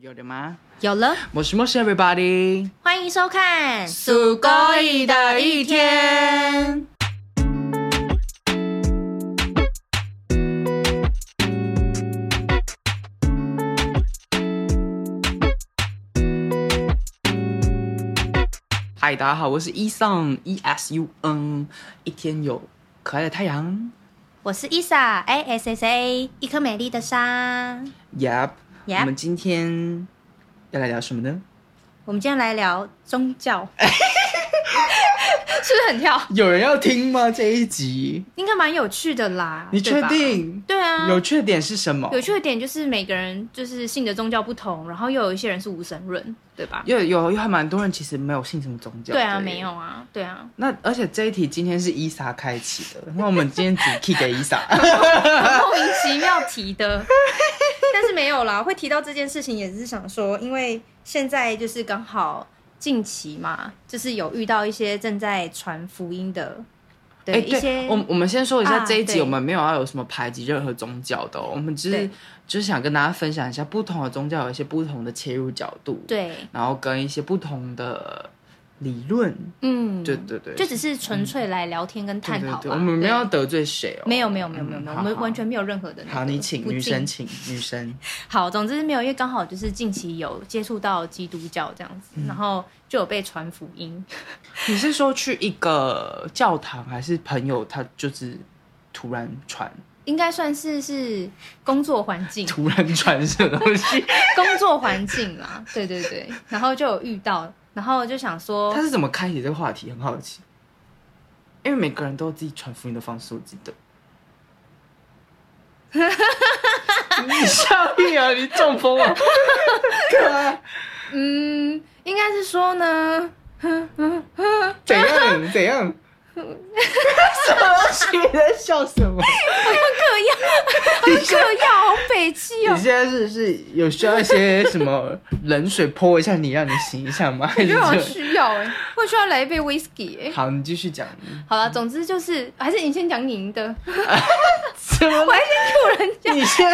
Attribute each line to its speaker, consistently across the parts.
Speaker 1: 有了吗？
Speaker 2: 有了，
Speaker 1: 我是莫西 everybody。
Speaker 2: 欢迎收看《
Speaker 1: 苏高一的一天。嗨，大家好，我是伊尚 E S U N，一天有可爱的太阳。
Speaker 2: 我是 Isa A S S A，一颗美丽的沙。
Speaker 1: Yep，,
Speaker 2: Yep
Speaker 1: 我们今天要来聊什么呢？
Speaker 2: 我们今天来聊宗 教，是不是很跳？
Speaker 1: 有人要听吗？这一集？
Speaker 2: 应该蛮有趣的啦。
Speaker 1: 你
Speaker 2: 对
Speaker 1: 确
Speaker 2: 吧？
Speaker 1: 定？
Speaker 2: 对啊，
Speaker 1: 嗯有趣的点是什么？
Speaker 2: 有趣的点就是每个人就是信的宗教不同，然后又有一些人是无神论，对吧？
Speaker 1: 有有有还蛮多人其实没有信什么宗教。
Speaker 2: 对啊，没。有啊，对啊，
Speaker 1: 那而且这一题今天是伊莎开启的，那我们今天只 key 给伊莎。
Speaker 2: 莫名其妙提的， 但是没有啦。会提到这件事情，也是想说，因为现在就是刚好近期嘛，就是有遇到一些正在传福音的， 对、
Speaker 1: 哎
Speaker 2: 一些
Speaker 1: 我我们先说一下
Speaker 2: 啊
Speaker 1: 这一集，
Speaker 2: 对
Speaker 1: 我们没有要有什么排挤任何宗教的哦、我们只是
Speaker 2: 对
Speaker 1: 就是想跟大家分享一下不同的宗教有一些不同的切入角度，，
Speaker 2: 对，
Speaker 1: 然后跟一些不同的理论，
Speaker 2: 嗯，
Speaker 1: 对对对，
Speaker 2: 就只是纯粹来聊天跟探
Speaker 1: 对
Speaker 2: 讨吧。
Speaker 1: 对对，我们没
Speaker 2: 对
Speaker 1: 有要得罪谁哦、
Speaker 2: 没有没有没有没有
Speaker 1: 嗯
Speaker 2: 没有，
Speaker 1: 好
Speaker 2: 我们
Speaker 1: 好
Speaker 2: 完全没有任何的那个
Speaker 1: 好，你请
Speaker 2: 不
Speaker 1: 女
Speaker 2: 敬
Speaker 1: 生，请女生，
Speaker 2: 好，总之是没有，因为刚好就是近期有接触到基督教这样子，
Speaker 1: 嗯
Speaker 2: 然后就有被传福音。
Speaker 1: 你是说去一个教堂，还是朋友他就是突然传
Speaker 2: 应该算是是工作环境，
Speaker 1: 突然传什么东 西？
Speaker 2: 工作环境啦，对对对，然后就有遇到，然后就想说
Speaker 1: 他，是怎么开启这个话题？很好奇，因为每个人都有自己传福音的方式，我记得。 你笑屁啊！你中风 啊！干嘛？
Speaker 2: 嗯，应该是说呢，
Speaker 1: 怎样？怎 样？什么东西？你在笑什么？嗑药，你
Speaker 2: 嗑
Speaker 1: 现在
Speaker 2: 药 好北气 哦
Speaker 1: 你，现在是是有需要一些什么冷水泼一下你，让你醒一下吗？还
Speaker 2: 我
Speaker 1: 是
Speaker 2: 觉得好
Speaker 1: 这
Speaker 2: 像
Speaker 1: 样
Speaker 2: 需要哎、我需要来一杯 whisky 哎、
Speaker 1: 好，你继续 讲。
Speaker 2: 好了，总之就是，还是你先讲你赢的，
Speaker 1: 怎么
Speaker 2: 我？还先 Q 人家，
Speaker 1: 你先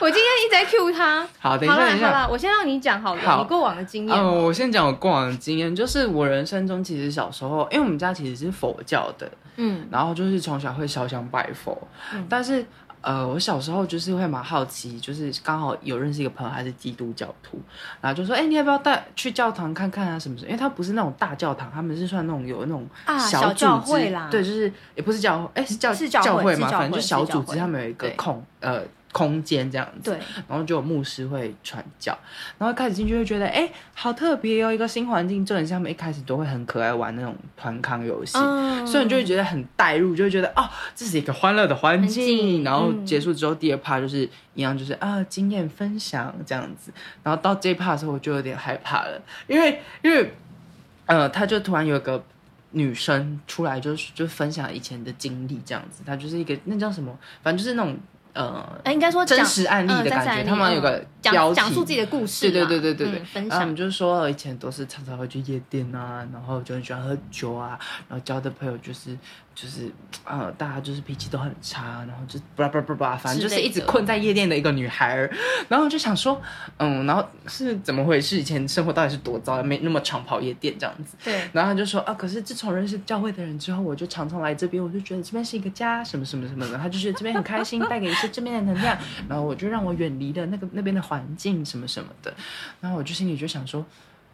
Speaker 2: 我今天一直在 Q 他。
Speaker 1: 好，等一
Speaker 2: 好
Speaker 1: 下，
Speaker 2: 啦
Speaker 1: 等一
Speaker 2: 好
Speaker 1: 下。
Speaker 2: 啦，我先让你讲好了，
Speaker 1: 好
Speaker 2: 你过往的经验。
Speaker 1: 嗯、我先讲我过往的经验，就是我人生中其实小时候，因为我们家其实是佛教的，
Speaker 2: 嗯
Speaker 1: 然后就是从小会烧香拜佛，
Speaker 2: 嗯
Speaker 1: 但是呃，我小时候就是会蛮好奇，就是刚好有认识一个朋友，他是基督教徒，然后就说，哎、你要不要带去教堂看看啊什么什么？因为他不是那种大教堂，他们是算那种有那种
Speaker 2: 啊，
Speaker 1: 小
Speaker 2: 小
Speaker 1: 组
Speaker 2: 教
Speaker 1: 织
Speaker 2: 会啦，
Speaker 1: 对，就是也不是教会，哎、是教
Speaker 2: 是教会
Speaker 1: 会
Speaker 2: 是
Speaker 1: 嘛，
Speaker 2: 教
Speaker 1: 反正
Speaker 2: 会
Speaker 1: 就是小
Speaker 2: 教
Speaker 1: 组织，
Speaker 2: 会
Speaker 1: 他们有一个
Speaker 2: 对
Speaker 1: 空呃空间这样子，
Speaker 2: 对，
Speaker 1: 然后就有牧师会传教，然后开始进去会觉得，哎、好特别哦，一个新环境，就很像他们一开始都会很可爱玩那种团康游戏，
Speaker 2: 嗯
Speaker 1: 所以你就会觉得很带入，就会觉得哦，这是一个欢乐的环境。
Speaker 2: 环境
Speaker 1: 然后
Speaker 2: 嗯
Speaker 1: 结束之后，第二 part 就是一样，就是啊经验分享这样子。然后到这一 part 的时候，我就有点害怕了，因为因为呃，他就突然有一个。女生出来就是就分享以前的经历这样子，她就是一个那叫什么，反正就是那种呃
Speaker 2: 哎，应该说
Speaker 1: 真
Speaker 2: 讲
Speaker 1: 实案例
Speaker 2: 嗯
Speaker 1: 的
Speaker 2: 真实
Speaker 1: 感觉，
Speaker 2: 案例
Speaker 1: 他们有
Speaker 2: 嗯
Speaker 1: 个标题
Speaker 2: 讲讲述自己的故事
Speaker 1: 对
Speaker 2: 啦，
Speaker 1: 对对对对对，
Speaker 2: 嗯分
Speaker 1: 然后他们
Speaker 2: 享。
Speaker 1: 就是说，以前都是常常会去夜店啊，然后就很喜欢喝酒啊，然后交的朋友就是就是呃，大家就是脾气都很差，然后就叭叭叭叭，反正就是一直
Speaker 2: 之类的
Speaker 1: 困在夜店的一个女孩儿。然后我就想说，嗯，然后是怎么回事？以前生活到底是多糟，没那么常跑夜店这样子。
Speaker 2: 对，
Speaker 1: 然后他就说啊，可是自从认识教会的人之后，我就常常来这边，我就觉得这边是一个家，什么什么什么的。他就觉得这边很开心，带给一些正面的能量。然后我就让我远离了那个那边的环境什么什么的。然后我就心里就想说，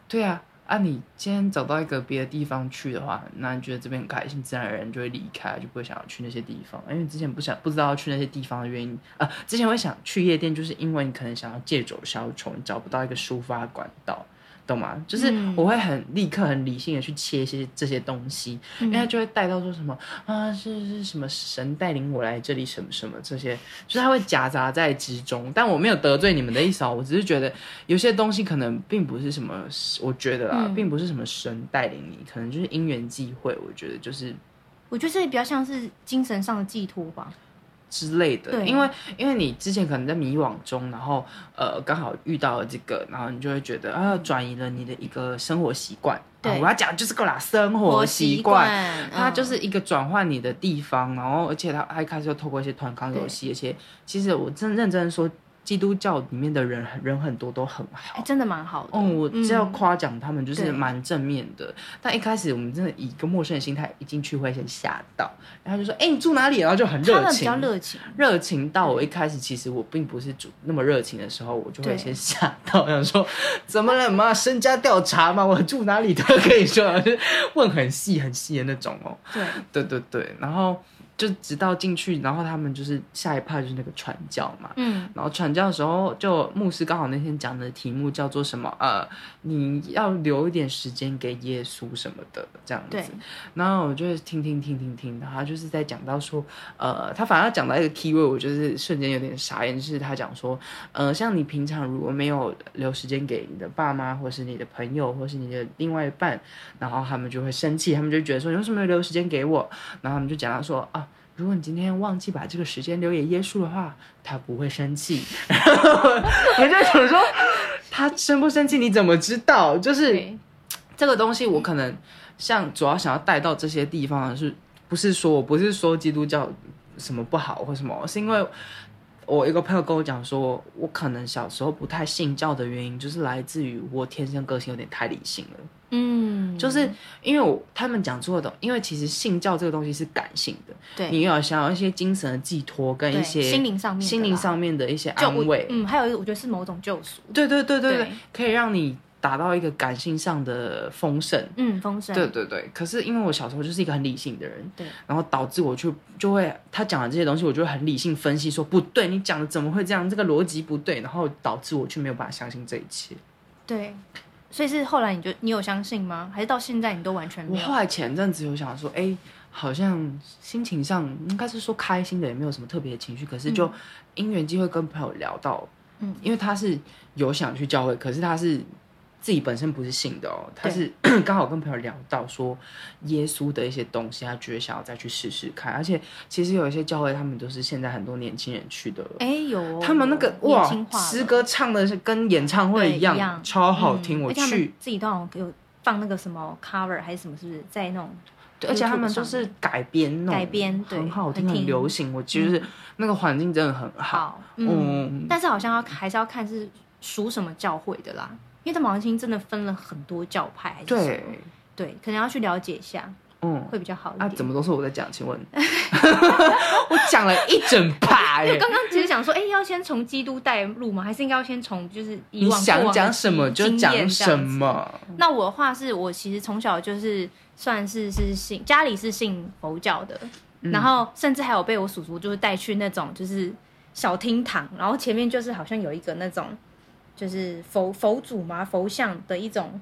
Speaker 1: 对啊，啊，你今天找到一个别的地方去的话，那你觉得这边很开心，自然而然就会离开，就不会想要去那些地方。因为之前不想不知道要去那些地方的原因啊、之前会想去夜店，就是因为你可能想要借酒消愁，你找不到一个抒发管道。懂吗？就是
Speaker 2: 嗯
Speaker 1: 我会很立刻、很理性的去切一些这些东西，因为他就会带到说什么啊，是是什么神带领我来这里，什么什么这些，就是他会夹杂在之中。但我没有得罪你们的意思哦，我只是觉得有些东西可能并不是什么，我觉得啦，
Speaker 2: 嗯
Speaker 1: 并不是什么神带领你，可能就是因缘际会，我觉得就是
Speaker 2: 我觉得这比较像是精神上的寄托吧。
Speaker 1: 之类的。
Speaker 2: 对
Speaker 1: 因为因为你之前可能在迷惘中，然后呃刚好遇到了这个，然后你就会觉得啊转移了你的一个生活习惯。
Speaker 2: 对
Speaker 1: 啊我要讲的就是个啦，生活习惯。嗯
Speaker 2: 惯
Speaker 1: 它就是一个转换你的地方，然后而且它还开始又透过一些团康游戏，而且其实我真认真说，基督教里面的人人很多都很
Speaker 2: 哎，
Speaker 1: 好。
Speaker 2: 真的蛮好的。
Speaker 1: 哦，我
Speaker 2: 嗯
Speaker 1: 是要夸奖他们，就是
Speaker 2: 对
Speaker 1: 蛮正面的。但一开始我们真的以一个陌生的心态一进去会先吓到，然后就说：“哎、你住哪里？”然后就很热
Speaker 2: 他们比
Speaker 1: 情，
Speaker 2: 较热情，
Speaker 1: 热情到我一开始其实我并不是主那么热情的时候，我就会
Speaker 2: 对
Speaker 1: 先吓到，想说怎么了嘛，身家调查嘛，我住哪里都可以说，就是问很细很细的那种哦。
Speaker 2: 对，
Speaker 1: 对对对，然后就直到进去，然后他们就是下一趴就是那个传教嘛，
Speaker 2: 嗯，
Speaker 1: 然后传教的时候，就牧师刚好那天讲的题目叫做什么？呃，你要留一点时间给耶稣什么的这样子
Speaker 2: 对。
Speaker 1: 然后我就听听听听听，然后他就是在讲到说，呃，他反而讲到一个 key word，我就是瞬间有点傻眼，就是他讲说，呃，像你平常如果没有留时间给你的爸妈，或是你的朋友，或是你的另外一半，然后他们就会生气，他们就觉得说你为什么没有留时间给我？然后他们就讲到说啊。如果你今天忘记把这个时间留给耶稣的话，他不会生气。 我就想说，他生不生气你怎么知道？就是
Speaker 2: 对，
Speaker 1: 这个东西，我可能像主要想要带到这些地方的是，不是说我不是说基督教什么不好或什么，是因为我一个朋友跟我讲说，我可能小时候不太信教的原因，就是来自于我天生个性有点太理性了。
Speaker 2: 嗯，
Speaker 1: 就是因为我他们讲出的东，因为其实信教这个东西是感性的，
Speaker 2: 对，
Speaker 1: 你要想要一些精神的寄托跟
Speaker 2: 对
Speaker 1: 一些
Speaker 2: 心灵上面的啦，
Speaker 1: 心灵上面的一些
Speaker 2: 就
Speaker 1: 安慰，
Speaker 2: 嗯，还有一个我觉得是某种救赎，
Speaker 1: 对对对对对
Speaker 2: 对，
Speaker 1: 可以让你达到一个感性上的丰盛。
Speaker 2: 嗯，丰盛，
Speaker 1: 对对对，可是因为我小时候就是一个很理性的人，
Speaker 2: 对，
Speaker 1: 然后导致我就就会他讲的这些东西，我就会很理性分析说不对，你讲的怎么会这样？这个逻辑不对，然后导致我却没有办法相信这一切。
Speaker 2: 对，所以是后来你就你有相信吗？还是到现在你都完全
Speaker 1: 我
Speaker 2: 没
Speaker 1: 后
Speaker 2: 有？
Speaker 1: 来前阵子有想说，哎，好像心情上应该是说开心的，也没有什么特别的情绪，可是就
Speaker 2: 嗯
Speaker 1: 因缘机会跟朋友聊到，
Speaker 2: 嗯
Speaker 1: 因为他是有想去教会，可是他是自己本身不是信的哦，他
Speaker 2: 对
Speaker 1: 是 刚好跟朋友聊到说耶稣的一些东西，他觉得想要再去试试看，而且其实有一些教会他们都是现在很多年轻人去的。
Speaker 2: 哎，有哦
Speaker 1: 他们那个
Speaker 2: 有年
Speaker 1: 哇
Speaker 2: 轻，化了
Speaker 1: 诗歌唱的是跟演唱会
Speaker 2: 对
Speaker 1: 一
Speaker 2: 一样
Speaker 1: 超好听。
Speaker 2: 嗯
Speaker 1: 我
Speaker 2: 而且他们
Speaker 1: 去，
Speaker 2: 自己都好像有放那个什么 cover 还是什么，是不是在那种
Speaker 1: 对而且他们都
Speaker 2: YouTube 上
Speaker 1: 是改编那种，
Speaker 2: 改编对
Speaker 1: 很好听，
Speaker 2: 很
Speaker 1: 很
Speaker 2: 听嗯
Speaker 1: 流行。我其实那个环境真的很好，
Speaker 2: 好，嗯，
Speaker 1: 嗯，
Speaker 2: 但是好像要还是要看是属什么教会的啦，因为他们好像真的分了很多教派，还是什
Speaker 1: 对
Speaker 2: 么，对，可能要去了解一下
Speaker 1: 嗯。
Speaker 2: 会比较好一
Speaker 1: 啊，
Speaker 2: 点。
Speaker 1: 怎么都是我在讲？请 问， 我讲了一整排耶，
Speaker 2: 刚刚其实想说，哎、要先从基督带入吗？还是应该要先从就是 以
Speaker 1: 你
Speaker 2: 往过
Speaker 1: 想
Speaker 2: 往的
Speaker 1: 讲什么
Speaker 2: 经
Speaker 1: 就讲
Speaker 2: 经验这
Speaker 1: 什
Speaker 2: 样子
Speaker 1: 么。
Speaker 2: 那我的话是我其实从小就是算是是信家里是信佛教的，
Speaker 1: 嗯
Speaker 2: 然后甚至还有被我叔叔就是带去那种就是小厅堂，然后前面就是好像有一个那种就是佛佛祖嘛佛像的一种，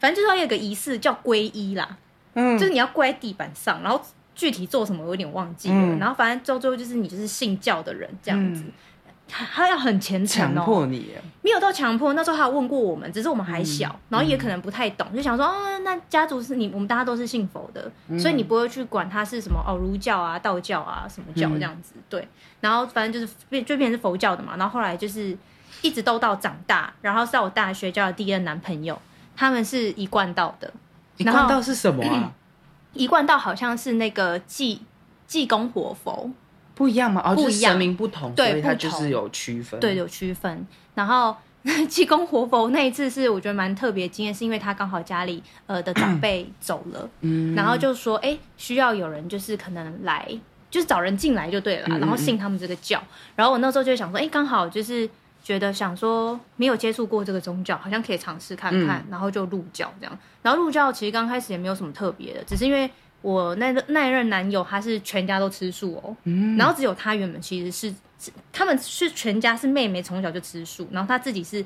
Speaker 2: 反正就是要有一个仪式叫皈依啦，
Speaker 1: 嗯
Speaker 2: 就是你要跪在地板上，然后具体做什么我有点忘记了，
Speaker 1: 嗯
Speaker 2: 然后反正最后就是你就是信教的人这样子。
Speaker 1: 嗯
Speaker 2: 他他要很虔
Speaker 1: 强
Speaker 2: 诚哦，
Speaker 1: 迫你耶，
Speaker 2: 没有到强迫，那时候他有问过我们，只是我们还小，然后也可能不太懂，就想说，哦，那家族是你，我们大家都是信佛的，所以你不会去管他是什么哦，儒教啊、道教啊、什么教
Speaker 1: 嗯
Speaker 2: 这样子，对。然后反正就是变就变成是佛教的嘛，然后后来就是一直都到长大，然后是到我大学交的第一个男朋友，他们是一贯道的，
Speaker 1: 你
Speaker 2: 然后
Speaker 1: 看到是什么
Speaker 2: 嗯
Speaker 1: 啊？
Speaker 2: 一贯道好像是那个济济公活佛，
Speaker 1: 不一样吗？哦，
Speaker 2: 不
Speaker 1: 就是
Speaker 2: 一样
Speaker 1: 神明不同，
Speaker 2: 对
Speaker 1: 所以它
Speaker 2: 不
Speaker 1: 就
Speaker 2: 同
Speaker 1: 是有区分。
Speaker 2: 对，有区分。然后 济公活佛那一次是我觉得蛮特别的经验，是因为他刚好家里呃的长 辈走了，
Speaker 1: 嗯
Speaker 2: 然后就说哎、诶需要有人就是可能来，就是找人进来就对了啦，
Speaker 1: 嗯嗯
Speaker 2: 然后信他们这个教。然后我那时候就想说，哎、刚好就是觉得想说没有接触过这个宗教，好像可以尝试看
Speaker 1: 嗯
Speaker 2: 看，然后就入教这样。然后入教其实刚开始也没有什么特别的，只是因为。我那个那一任男友，他是全家都吃素哦，
Speaker 1: 嗯
Speaker 2: 然后只有他原本其实是是他们是全家是妹妹从小就吃素，然后他自己是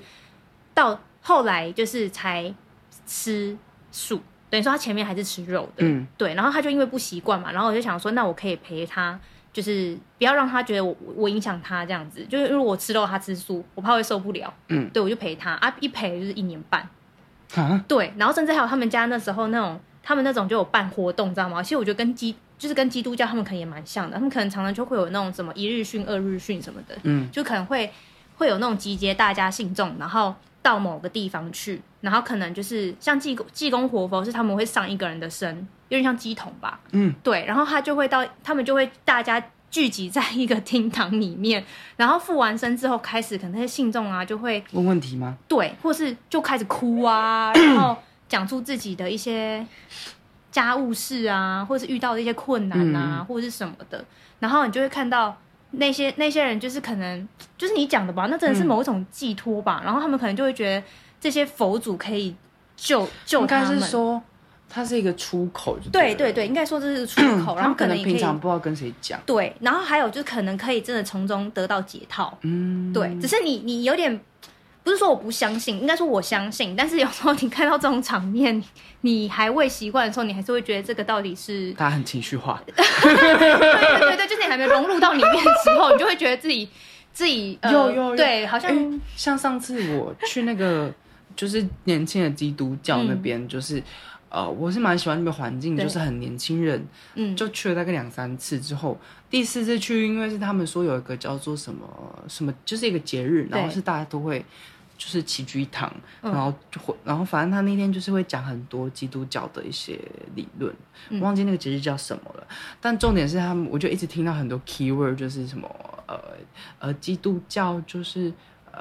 Speaker 2: 到后来就是才吃素，等于说他前面还是吃肉的，
Speaker 1: 嗯
Speaker 2: 对，然后他就因为不习惯嘛，然后我就想说，那我可以陪他，就是不要让他觉得我我影响他这样子，就是如果我吃肉他吃素，我怕会受不了，
Speaker 1: 嗯，
Speaker 2: 对我就陪他啊，一陪就是一年半，
Speaker 1: 啊，
Speaker 2: 对，然后甚至还有他们家那时候那种，他们那种就有办活动，你知道吗？其实我觉得跟基就是跟基督教他们可能也蛮像的，他们可能常常就会有那种什么一日训、二日训什么的，
Speaker 1: 嗯，
Speaker 2: 就可能会会有那种集结大家信众，然后到某个地方去，然后可能就是像济公济公活佛是他们会上一个人的身，有点像鸡桶吧，
Speaker 1: 嗯，
Speaker 2: 对，然后他就会到他们就会大家聚集在一个 厅堂里面，然后付完身之后开始，可能那些信众啊就会
Speaker 1: 问问题吗？
Speaker 2: 对，或是就开始 哭啊，然后讲出自己的一些家务事啊，或是遇到的一些困难啊，
Speaker 1: 嗯
Speaker 2: 或者是什么的，然后你就会看到那些那些人，就是可能就是你讲的吧，那真的是
Speaker 1: 嗯
Speaker 2: 某一种寄托吧，然后他们可能就会觉得这些佛祖可以救救
Speaker 1: 应
Speaker 2: 他
Speaker 1: 该
Speaker 2: 们
Speaker 1: 是。说它是一个出口就对
Speaker 2: 对对
Speaker 1: 了，
Speaker 2: 对，应该说这是出 口，然
Speaker 1: 他
Speaker 2: 后
Speaker 1: 们可
Speaker 2: 可能
Speaker 1: 能
Speaker 2: 也可
Speaker 1: 平
Speaker 2: 以
Speaker 1: 常不知道跟谁讲，
Speaker 2: 对，然后还有就是可能可以真的从中得到解套，
Speaker 1: 嗯，
Speaker 2: 对，只是你你有点不是说我不相信，应该说我相信，但是有时候你看到这种场面，你还未习惯的时候，你还是会觉得这个到底是
Speaker 1: 大家很情绪化，
Speaker 2: 对对对，就是你还没融入到里面之后，你就会觉得自己自己呃
Speaker 1: 有有有哎
Speaker 2: 对，好像、
Speaker 1: 因为像上次我去那个 就是年轻的基督教那边，就是呃，我是蛮喜欢那个环境，
Speaker 2: 嗯对
Speaker 1: 就是很年轻人，
Speaker 2: 嗯
Speaker 1: 就去了大概两三次之后，第四次去，因为是他们说有一个叫做什么什么，就是一个节日，
Speaker 2: 对
Speaker 1: 然后是大家都会。就是齐聚一堂，
Speaker 2: 嗯
Speaker 1: 然后就会，然后反正他那天就是会讲很多基督教的一些理论，
Speaker 2: 嗯
Speaker 1: 忘记那个节日叫什么了。但重点是他们，我就一直听到很多 keyword，就是什么呃呃，基督教就是呃，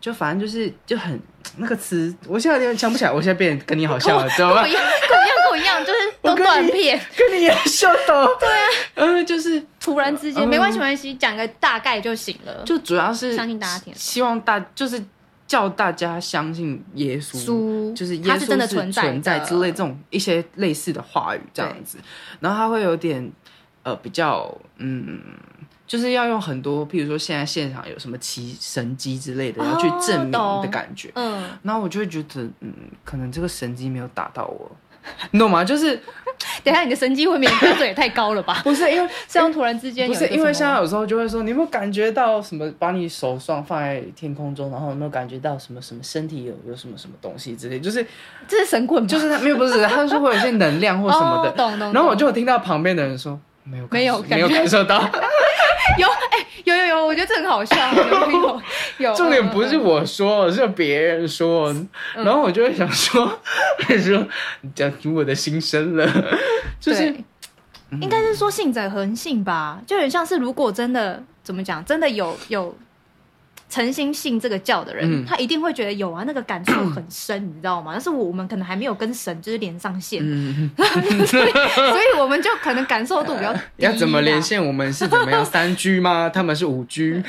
Speaker 1: 就反正就是就很那个词，我现在有点想不起来，我现在变得跟你好像了，知道
Speaker 2: 跟
Speaker 1: 吗
Speaker 2: 我一？样跟我一样跟我一样，就是
Speaker 1: 我
Speaker 2: 都
Speaker 1: 跟
Speaker 2: 断
Speaker 1: 你
Speaker 2: 片，
Speaker 1: 跟你也笑到，对啊， 嗯，就是
Speaker 2: 突然之间、
Speaker 1: 嗯
Speaker 2: 没关系没关系，讲个大概就行了。
Speaker 1: 就主要是
Speaker 2: 相信大家听得懂
Speaker 1: 希望大就是叫大家相信耶稣，
Speaker 2: 书
Speaker 1: 就是耶
Speaker 2: 它
Speaker 1: 稣
Speaker 2: 是真的
Speaker 1: 存
Speaker 2: 在存
Speaker 1: 在之类这种一些类似的话语这样子，然后他会有点呃比较嗯。就是要用很多，譬如说现在现场有什么奇神机之类的，
Speaker 2: 哦
Speaker 1: 要去证明
Speaker 2: 懂
Speaker 1: 的感觉。
Speaker 2: 嗯，
Speaker 1: 然后我就会觉得，嗯，可能这个神机没有打到我，你懂吗？就是
Speaker 2: 等一下你的神经未免标准也太高 了吧？
Speaker 1: 不是因为
Speaker 2: 这样突然之间
Speaker 1: 不
Speaker 2: 有
Speaker 1: 是
Speaker 2: 一个
Speaker 1: 因为
Speaker 2: 什么
Speaker 1: 现在有时候就会说，你有没有感觉到什么？把你手上放在天空中，然后有没有感觉到什么什么身体有有什么什么东西之类？就是
Speaker 2: 这是神棍吧，
Speaker 1: 就是他没有不是，他是会有一些能量或什么
Speaker 2: 哦
Speaker 1: 的。
Speaker 2: 懂懂懂
Speaker 1: 然后我就有听到旁边的人说没有感
Speaker 2: 没有感觉
Speaker 1: 没有感受 到，
Speaker 2: 有哎、有有有，我觉得这很好笑，有有 有。
Speaker 1: 重点不是
Speaker 2: 嗯，
Speaker 1: 我说，是别人说。然后我就会想说， 说你讲出我的心声了， 就
Speaker 2: 对，
Speaker 1: 是嗯
Speaker 2: 应该是说信者恒信吧，就很像是如果真的怎么讲，真的有有诚心信这个教的人，
Speaker 1: 嗯
Speaker 2: 他一定会觉得有啊，那个感 触很深，你知道吗？但是我们可能还没有跟神就是连上线，
Speaker 1: 嗯，
Speaker 2: 所以我们就可能感受度比较低啦。
Speaker 1: 呃要怎么连线？我们是怎么样三 G 吗？他们是五 G，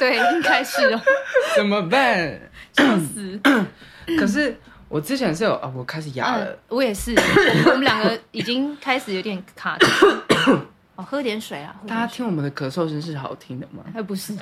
Speaker 2: 对，应该是哦，
Speaker 1: 怎么办？
Speaker 2: 笑死。
Speaker 1: 可是我之前是有啊，我开始嗯哑了
Speaker 2: 嗯，，我也是，我们两个已经开始有点卡住。 哦，喝点水啊！喝点
Speaker 1: 大家
Speaker 2: 水
Speaker 1: 听我们的咳嗽声是好听的 吗？
Speaker 2: 哎，不是，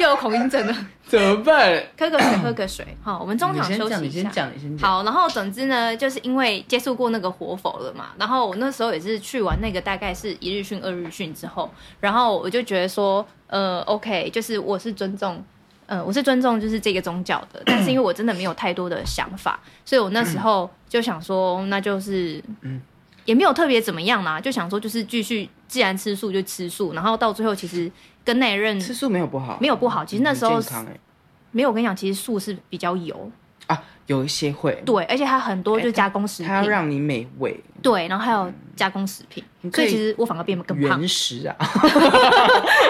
Speaker 2: 又有口音症了。
Speaker 1: 怎么办？
Speaker 2: 喝个水，喝个水。好，我们中场
Speaker 1: 你
Speaker 2: 休
Speaker 1: 先
Speaker 2: 息
Speaker 1: 讲，你
Speaker 2: 一
Speaker 1: 先
Speaker 2: 下。
Speaker 1: 讲，你先讲。
Speaker 2: 好，然后总之呢，就是因为接触过那个活佛了嘛，然后我那时候也是去完那个大概是一日训、二日训之后，然后我就觉得说，呃，OK，就是我是尊重，呃，我是尊重就是这个宗教的，但是因为我真的没有太多的想法，所以我那时候就想说，那就是
Speaker 1: 嗯
Speaker 2: 也没有特别怎么样啦，就想说就是继续，既然吃素就吃素，然后到最后其实跟那一任
Speaker 1: 吃素没有不好，
Speaker 2: 没有不好，其实那时候
Speaker 1: 很健康欸
Speaker 2: 没有我跟你讲，其实素是比较油，
Speaker 1: 啊，有一些会，
Speaker 2: 对，而且它很
Speaker 1: 哎
Speaker 2: 多就是加工食
Speaker 1: 它要
Speaker 2: 品，啊
Speaker 1: 让你美味，
Speaker 2: 对，然后还有加工食品，
Speaker 1: 你可
Speaker 2: 所
Speaker 1: 以
Speaker 2: 以其实我反而变得更胖
Speaker 1: 原。食啊，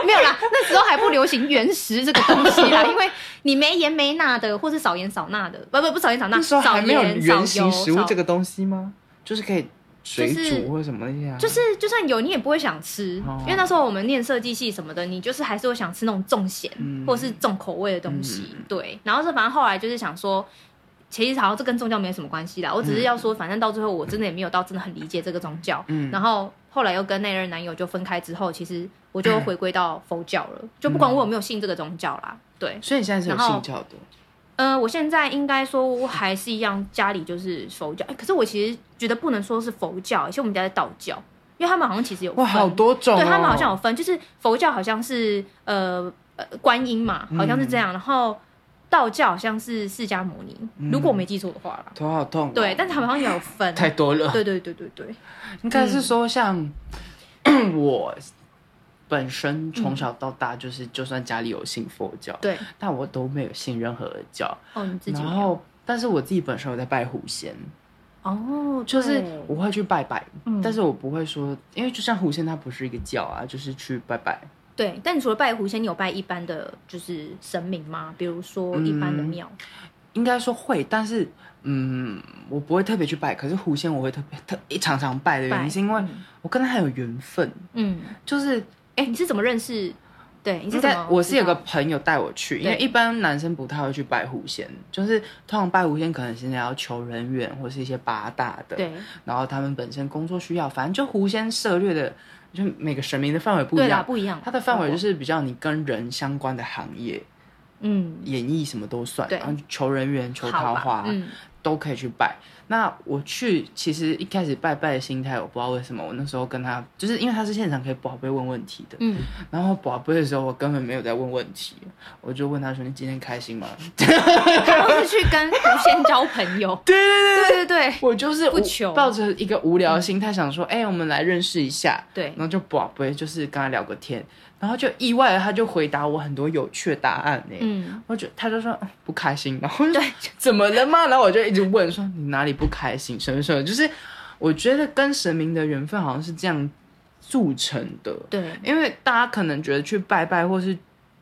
Speaker 2: 没有啦，那时候还不流行原食这个东西啦，因为你没盐没钠的，或是少盐少钠的，不不不少盐少钠，
Speaker 1: 那时候
Speaker 2: 少
Speaker 1: 还没有
Speaker 2: 盐少
Speaker 1: 原型
Speaker 2: 油
Speaker 1: 食物
Speaker 2: 少
Speaker 1: 这个东西吗？就是可以水
Speaker 2: 就是
Speaker 1: 煮或什么那些啊，
Speaker 2: 就是就算有你也不会想吃，
Speaker 1: 哦
Speaker 2: 因为那时候我们念设计系什么的，你就是还是会想吃那种重咸、
Speaker 1: 嗯
Speaker 2: 或者是重口味的东西。对，然后是反正后来就是想说，其实好像这跟宗教没什么关系啦。我只是要说，反正到最后我真的也没有到真的很理解这个宗教。
Speaker 1: 嗯
Speaker 2: 然后后来又跟那任男友就分开之后，其实我
Speaker 1: 嗯
Speaker 2: 就回归到佛教了，就不管我有没有信这个宗教啦。对，
Speaker 1: 所以你现在是有
Speaker 2: 然后
Speaker 1: 信教的，
Speaker 2: 呃，我现在应该说，我还是一样，家里就是佛教。哎，可是我其实觉得不能说是佛教，其实我们家是道教，因为他们好像其实有
Speaker 1: 哇，
Speaker 2: 分
Speaker 1: 好多种哦，
Speaker 2: 对他们好像有分，就是佛教好像是呃呃观音嘛，
Speaker 1: 嗯
Speaker 2: 好像是这样，然后道教好像是释迦牟尼，如果我没记错的话啦。
Speaker 1: 头好痛哦，
Speaker 2: 对，但是他们好像也有分。
Speaker 1: 嗯太多了，
Speaker 2: 对对对对对，嗯
Speaker 1: 应该是说像 我本身从小到大就是，就算家里有信佛教，
Speaker 2: 嗯对，
Speaker 1: 但我都没有信任何的教。
Speaker 2: 哦，你自己
Speaker 1: 然
Speaker 2: 没有
Speaker 1: 后，但是我自己本身有在拜狐仙，
Speaker 2: 哦，
Speaker 1: 就是
Speaker 2: 对
Speaker 1: 我会去拜拜，
Speaker 2: 嗯
Speaker 1: 但是我不会说，因为就像狐仙，它不是一个教啊，就是去拜拜。
Speaker 2: 对，但你除了拜狐仙，你有拜一般的就是神明吗？比如说
Speaker 1: 嗯
Speaker 2: 一般的庙，
Speaker 1: 应该说会，但是嗯，我不会特别去拜。可是狐仙我会特别特常常拜的原
Speaker 2: 拜
Speaker 1: 因，是因为
Speaker 2: 嗯
Speaker 1: 我跟他很有缘分。
Speaker 2: 嗯，
Speaker 1: 就是
Speaker 2: 哎、你是怎么认识？对，你是
Speaker 1: 应
Speaker 2: 怎
Speaker 1: 该
Speaker 2: 么？
Speaker 1: 我是有个，朋友带我去，因为
Speaker 2: 对
Speaker 1: 一般男生不太会去拜狐仙，就是通常拜狐仙可能现在要求人缘或是一些八大的，
Speaker 2: 对
Speaker 1: 然后他们本身工作需要，反正就狐仙涉略的，就每个神明的范围不
Speaker 2: 对
Speaker 1: 一
Speaker 2: 啦，嗯
Speaker 1: 样。
Speaker 2: 不一样，
Speaker 1: 它的范围就是比较你跟人相关的行业，
Speaker 2: 嗯，
Speaker 1: 演艺什么都算，
Speaker 2: 对
Speaker 1: 然后求人缘、求
Speaker 2: 好
Speaker 1: 桃
Speaker 2: 吧
Speaker 1: 花，
Speaker 2: 嗯，
Speaker 1: 都可以去拜。那我去，其实一开始拜拜的心态，我不知道为什么，我那时候跟他，就是因为他是现场可以宝贝问问题的，
Speaker 2: 嗯，
Speaker 1: 然后宝贝的时候，我根本没有在问问题，我就问他说：“你今天开心吗，
Speaker 2: 他都是去跟狐仙交朋友
Speaker 1: 对？”对对对，
Speaker 2: 对对对
Speaker 1: 我就是
Speaker 2: 不求
Speaker 1: 我抱着一个无聊的心态，想说：“哎、我们来认识一下。”
Speaker 2: 对
Speaker 1: 然后就宝贝，就是跟他聊个天，然后就意外地他就回答我很多有趣的答案呢、
Speaker 2: 嗯，
Speaker 1: 我就他就说嗯不开心，然后我就
Speaker 2: 对
Speaker 1: 怎么了吗？然后我就一直问说你哪里不开心，什么什么，就是我觉得跟神明的缘分好像是这样铸成的，
Speaker 2: 对，
Speaker 1: 因为大家可能觉得去拜拜或是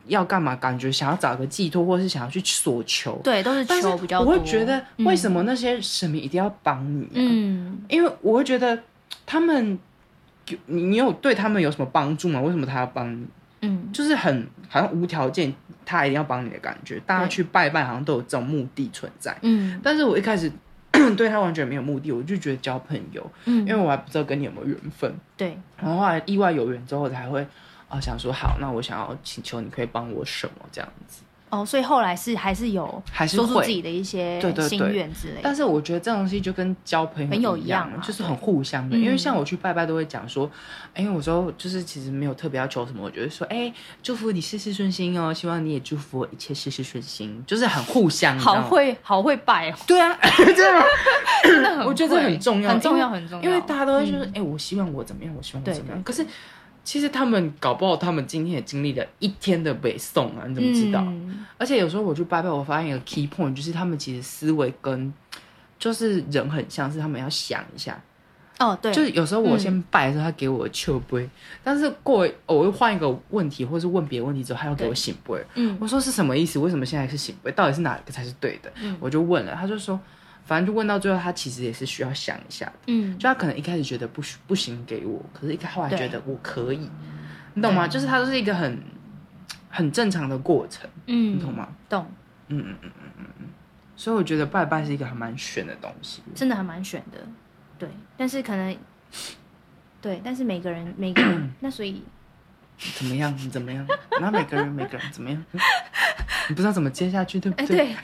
Speaker 1: 要干嘛，感觉想要找个寄托，或是想要去所求，
Speaker 2: 对，都是
Speaker 1: 但是
Speaker 2: 求比较
Speaker 1: 我
Speaker 2: 多。
Speaker 1: 会觉得为什么
Speaker 2: 么？
Speaker 1: 那些神明一定要帮你、啊？
Speaker 2: 嗯，
Speaker 1: 因为我会觉得他们。有你你有对他们有什么帮助吗？为什么他要帮你？
Speaker 2: 嗯，
Speaker 1: 就是很好像无条件他一定要帮你的感觉，大家去拜拜好像都有这种目的存在。
Speaker 2: 嗯，
Speaker 1: 但是我一开始 对他完全没有目的，我就觉得交朋友，
Speaker 2: 嗯，
Speaker 1: 因为我还不知道跟你有没有缘分。
Speaker 2: 对，
Speaker 1: 然后后来意外有缘之后，我才会啊、呃想说好，那我想要请求你可以帮我什么这样子，
Speaker 2: 哦，所以后来是还是有
Speaker 1: 还是
Speaker 2: 说出自
Speaker 1: 会。
Speaker 2: 己的一些
Speaker 1: 对对对
Speaker 2: 心愿之类的。
Speaker 1: 但是我觉得这东西就跟交朋
Speaker 2: 朋友
Speaker 1: 友
Speaker 2: 一
Speaker 1: 一
Speaker 2: 样
Speaker 1: 样，啊
Speaker 2: 嘛
Speaker 1: 就是很互相的。
Speaker 2: 对
Speaker 1: 因为像我去拜拜都会讲说，哎、我说就是其实没有特别要求什么，我觉得说，哎、祝福你事事顺心哦，希望你也祝福我一切事事顺心，就是很互相。你知道吗
Speaker 2: 好会好会拜哦，
Speaker 1: 对啊， 真的吗，
Speaker 2: 真的很会
Speaker 1: 我觉得这很重要，
Speaker 2: 很重要，
Speaker 1: 因为
Speaker 2: 很重要。
Speaker 1: 因为大家都会就是，哎、我希望我怎么样，我希望我
Speaker 2: 对
Speaker 1: 怎么样。
Speaker 2: 对
Speaker 1: 可是其实他们搞不好，他们今天也经历了一天的北宋啊，你怎么知道？
Speaker 2: 嗯
Speaker 1: 而且有时候我去拜拜，我发现一个 key point 就是他们其实思维跟就是人很像，是他们要想一下。
Speaker 2: 哦，对，嗯
Speaker 1: 就是有时候我先拜的时候，他给我秋杯，但是过一哦我会换一个问题，或是问别的问题之后，他要给我
Speaker 2: 对
Speaker 1: 醒杯。
Speaker 2: 嗯，
Speaker 1: 我说是什么意思？为什么现在是醒杯？到底是哪个才是对的？
Speaker 2: 嗯
Speaker 1: 我就问了，他就说，反正就问到最后，他其实也是需要想一下的。
Speaker 2: 嗯，
Speaker 1: 就他可能一开始觉得不许不行给我，可是一开后来
Speaker 2: 对
Speaker 1: 觉得我可以，你懂吗？就是它就是一个很很正常的过程，
Speaker 2: 嗯
Speaker 1: 你懂？吗？
Speaker 2: 懂，
Speaker 1: 嗯嗯嗯嗯嗯嗯。所以我觉得拜拜是一个还蛮玄的东西。
Speaker 2: 真的还蛮选的，对。但是可能，对，但是每个 人每个人，那所以
Speaker 1: 怎么样？你怎么样？ 那每个人每个人怎么样？ 你不知道怎么接下去，对
Speaker 2: 哎，
Speaker 1: 不对？
Speaker 2: 对，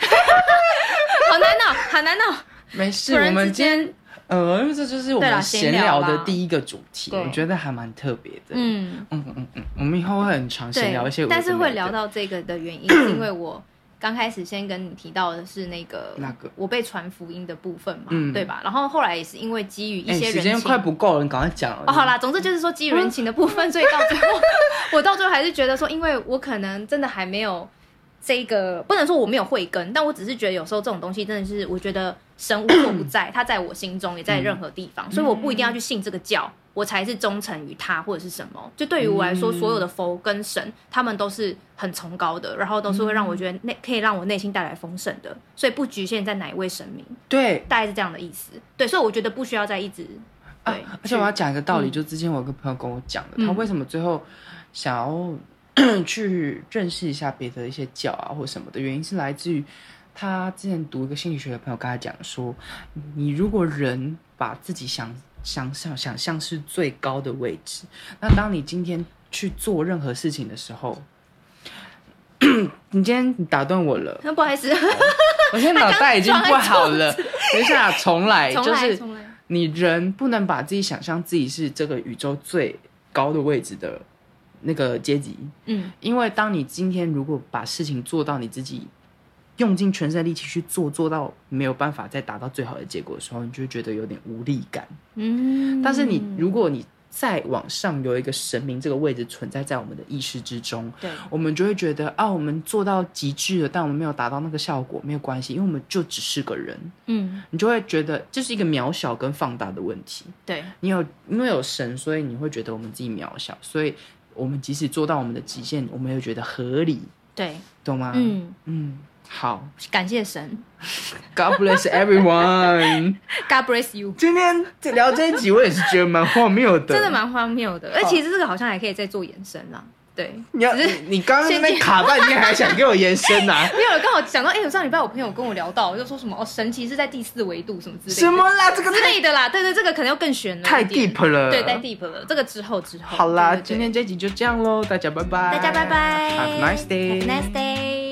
Speaker 2: 好难哦，好难哦。
Speaker 1: 没事，
Speaker 2: 突
Speaker 1: 我
Speaker 2: 然
Speaker 1: 们
Speaker 2: 之
Speaker 1: 今天
Speaker 2: 间，
Speaker 1: 呃，因为这就是我
Speaker 2: 对啦
Speaker 1: 们
Speaker 2: 闲
Speaker 1: 闲聊
Speaker 2: 聊啦
Speaker 1: 的第一个主题，
Speaker 2: 对
Speaker 1: 我觉得还蛮特别的。嗯
Speaker 2: 嗯，
Speaker 1: 嗯嗯嗯，我们以后会很常闲
Speaker 2: 对
Speaker 1: 聊一些，，
Speaker 2: 但是会聊
Speaker 1: 到。
Speaker 2: 到这个的原 因，是因为我刚开始先跟你提到的是那个
Speaker 1: 那个
Speaker 2: 我被传福音的部分嘛，
Speaker 1: 嗯
Speaker 2: 对吧？然后后来也是因为基于一
Speaker 1: 哎，
Speaker 2: 些
Speaker 1: 时
Speaker 2: 人
Speaker 1: 间
Speaker 2: 情。
Speaker 1: 快不够了，你赶快讲了。
Speaker 2: 哦，好啦，总之就是说基于人情的部分，所以到最后， 我到最后还是觉得说，因为我可能真的还没有这个，不能说我没有慧根，但我只是觉得有时候这种东西真的是，我觉得神无所不在，他在我心中，也在任何地
Speaker 1: 嗯
Speaker 2: 方，所以我不一定要去信这个教，我才是忠诚于他或者是什么。就对于我来说，
Speaker 1: 嗯
Speaker 2: 所有的佛跟神，他们都是很崇高的，然后都是会让我觉得内可以让我内心带来丰盛
Speaker 1: 嗯
Speaker 2: 的，所以不局限在哪一位神明，
Speaker 1: 对，
Speaker 2: 大概是这样的意思。对，所以我觉得不需要再一直。
Speaker 1: 啊
Speaker 2: 对，
Speaker 1: 而且我要讲一个道理，
Speaker 2: 嗯
Speaker 1: 就之前我有个朋友跟我讲的，
Speaker 2: 嗯
Speaker 1: 他为什么最后想要 去认识一下别的一些教啊或什么的原因，是来自于他之前读一个心理学的朋友跟他讲说，你如果人把自己想想象想象是最高的位置，那当你今天去做任何事情的时候。 你今天打断我了，
Speaker 2: 嗯那不好意思，
Speaker 1: 我现在脑袋已经不好 了。等一下，重来，
Speaker 2: 重
Speaker 1: 就
Speaker 2: 来，
Speaker 1: 是
Speaker 2: 重来。
Speaker 1: 你人不能把自己想象自己是这个宇宙最高的位置的那个阶级，
Speaker 2: 嗯，
Speaker 1: 因为当你今天如果把事情做到你自己用尽全身的力气去做，做到没有办法再达到最好的结果的时候，你就会觉得有点无力感。
Speaker 2: 嗯，
Speaker 1: 但是你如果你再往上有一个神明这个位置存在在我们的意识之中，
Speaker 2: 对，
Speaker 1: 我们就会觉得啊，我们做到极致了，但我们没有达到那个效果，没有关系，因为我们就只是个人，
Speaker 2: 嗯，
Speaker 1: 你就会觉得这是一个渺小跟放大的问题。
Speaker 2: 对，
Speaker 1: 你有因为有神，所以你会觉得我们自己渺小，所以我们即使做到我们的极限，我们也觉得合理，
Speaker 2: 对，
Speaker 1: 懂吗？
Speaker 2: 嗯，
Speaker 1: 嗯，好
Speaker 2: 感谢神
Speaker 1: ，God bless everyone。
Speaker 2: ，God bless you，
Speaker 1: 今天聊这一集，我也是觉得蛮荒谬的，
Speaker 2: 真的？蛮荒谬的。而其实这个好像还可以再做延伸啦，对。
Speaker 1: 你要
Speaker 2: 只
Speaker 1: 你
Speaker 2: 是
Speaker 1: 你刚刚在那边卡半天，还想给我延伸 呐、啊？
Speaker 2: 没有，刚好讲到，哎、我上礼拜我朋友跟我聊到，我就说什么哦，神奇是在第四维度什么之类的，
Speaker 1: 什么啦？这个
Speaker 2: 之
Speaker 1: 太
Speaker 2: 类的啦。对对，这个可能要更玄了，
Speaker 1: 太
Speaker 2: 一点
Speaker 1: deep 了。
Speaker 2: 对，太 deep 了。这个之后之后，
Speaker 1: 好啦，
Speaker 2: 对对对
Speaker 1: 今天这集就这样喽，大家拜拜。
Speaker 2: 大家拜拜
Speaker 1: Have a nice day.
Speaker 2: Have a nice day。